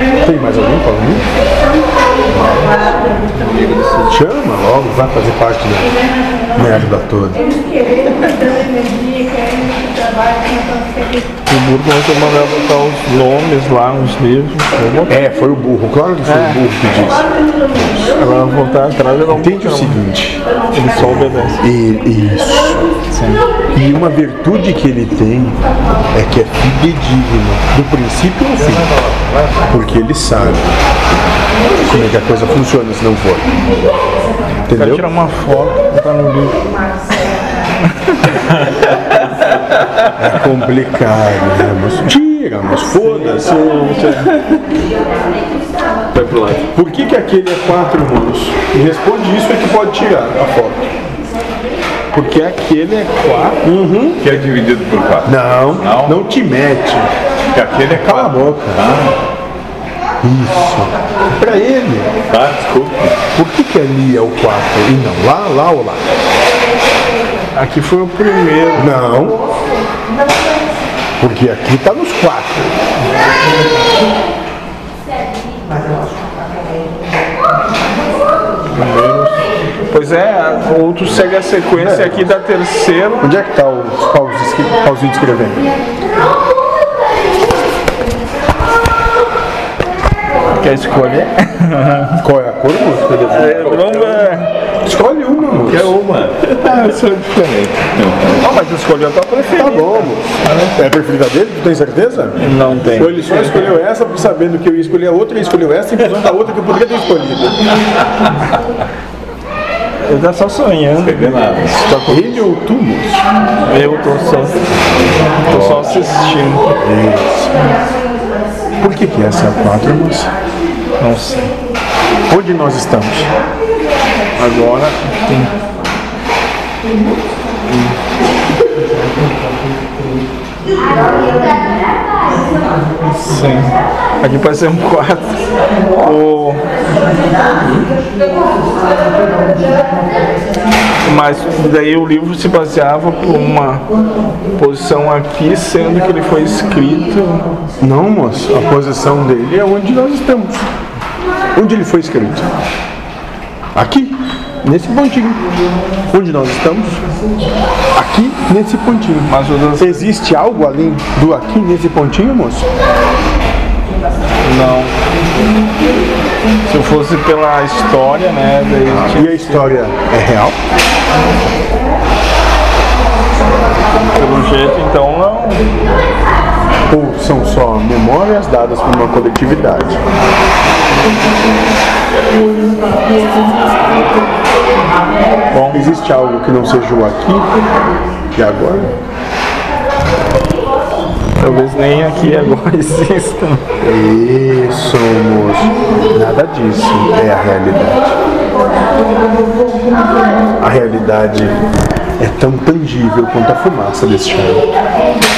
Tem mais alguém falando? Chama logo, vai fazer parte da merda toda. O burro vai mandar botar os nomes lá, uns livros. né? É. Vou botar. É, foi o burro, claro que foi o burro que disse. Agora eu vou voltar atrás e não Entende o vou, não. seguinte, Ele só obedece. e, isso. E uma virtude que ele tem é que é fidedigno, do princípio ao fim. Porque ele sabe como é que a coisa funciona se não for. Quero Entendeu? tirar uma foto, botar no livro. É complicado, né? Mas tira, mas foda-se. Vai pro lado. Por que, que aquele é quatro muros? E responde isso é que pode tirar a foto. Porque aquele é quatro. Que é dividido por quatro. Não, não, Não? te mete. Que aquele é Cala a quatro. boca. Isso. Pra ele, Tá, desculpa. por que, que ali é o quatro e não lá, lá ou lá? Aqui foi o primeiro. Não. Porque aqui tá nos quatro. Pois é, outro segue a sequência aqui da terceira. Onde é que tá os pauzinhos escre- pauzinhos escrevendo? Quer escolher? É, Qual é a cor, moço? Vamos ver. Escolhe uma, moço. É uma. Ah, é eu sou diferente. Ah, mas tu escolheu a tua preferida. Tá bom, moço. É a preferida dele? Tu tem certeza? Não tem. Ou ele só escolheu essa por sabendo que eu ia escolher a outra, ele escolheu essa em função da outra que eu poderia ter escolhido. Ele tá só sonhando. Não nada. Ele ou tu, moço? Eu tô só, tô só assistindo. Por que, que essa é a quatro, moço? Não sei. Onde nós estamos? Agora tem. Sim. Aqui parece ser um quarto. O... Mas daí o livro se baseava por uma posição aqui, sendo que ele foi escrito. Não, moço. A posição dele é onde nós estamos. Onde ele foi escrito? Aqui, nesse pontinho. Onde nós estamos? Aqui, nesse pontinho. Mas o das- Existe algo além do aqui, nesse pontinho, moço? Não. Se eu fosse pela história, né? Daí E a história é real? Pelo jeito, então não. Ou são só memórias dadas por uma coletividade? Bom, existe algo que não seja o aqui e agora? Talvez nem aqui agora exista. Isso, moço. Nada disso é a realidade. A realidade é tão tangível quanto a fumaça desse chão.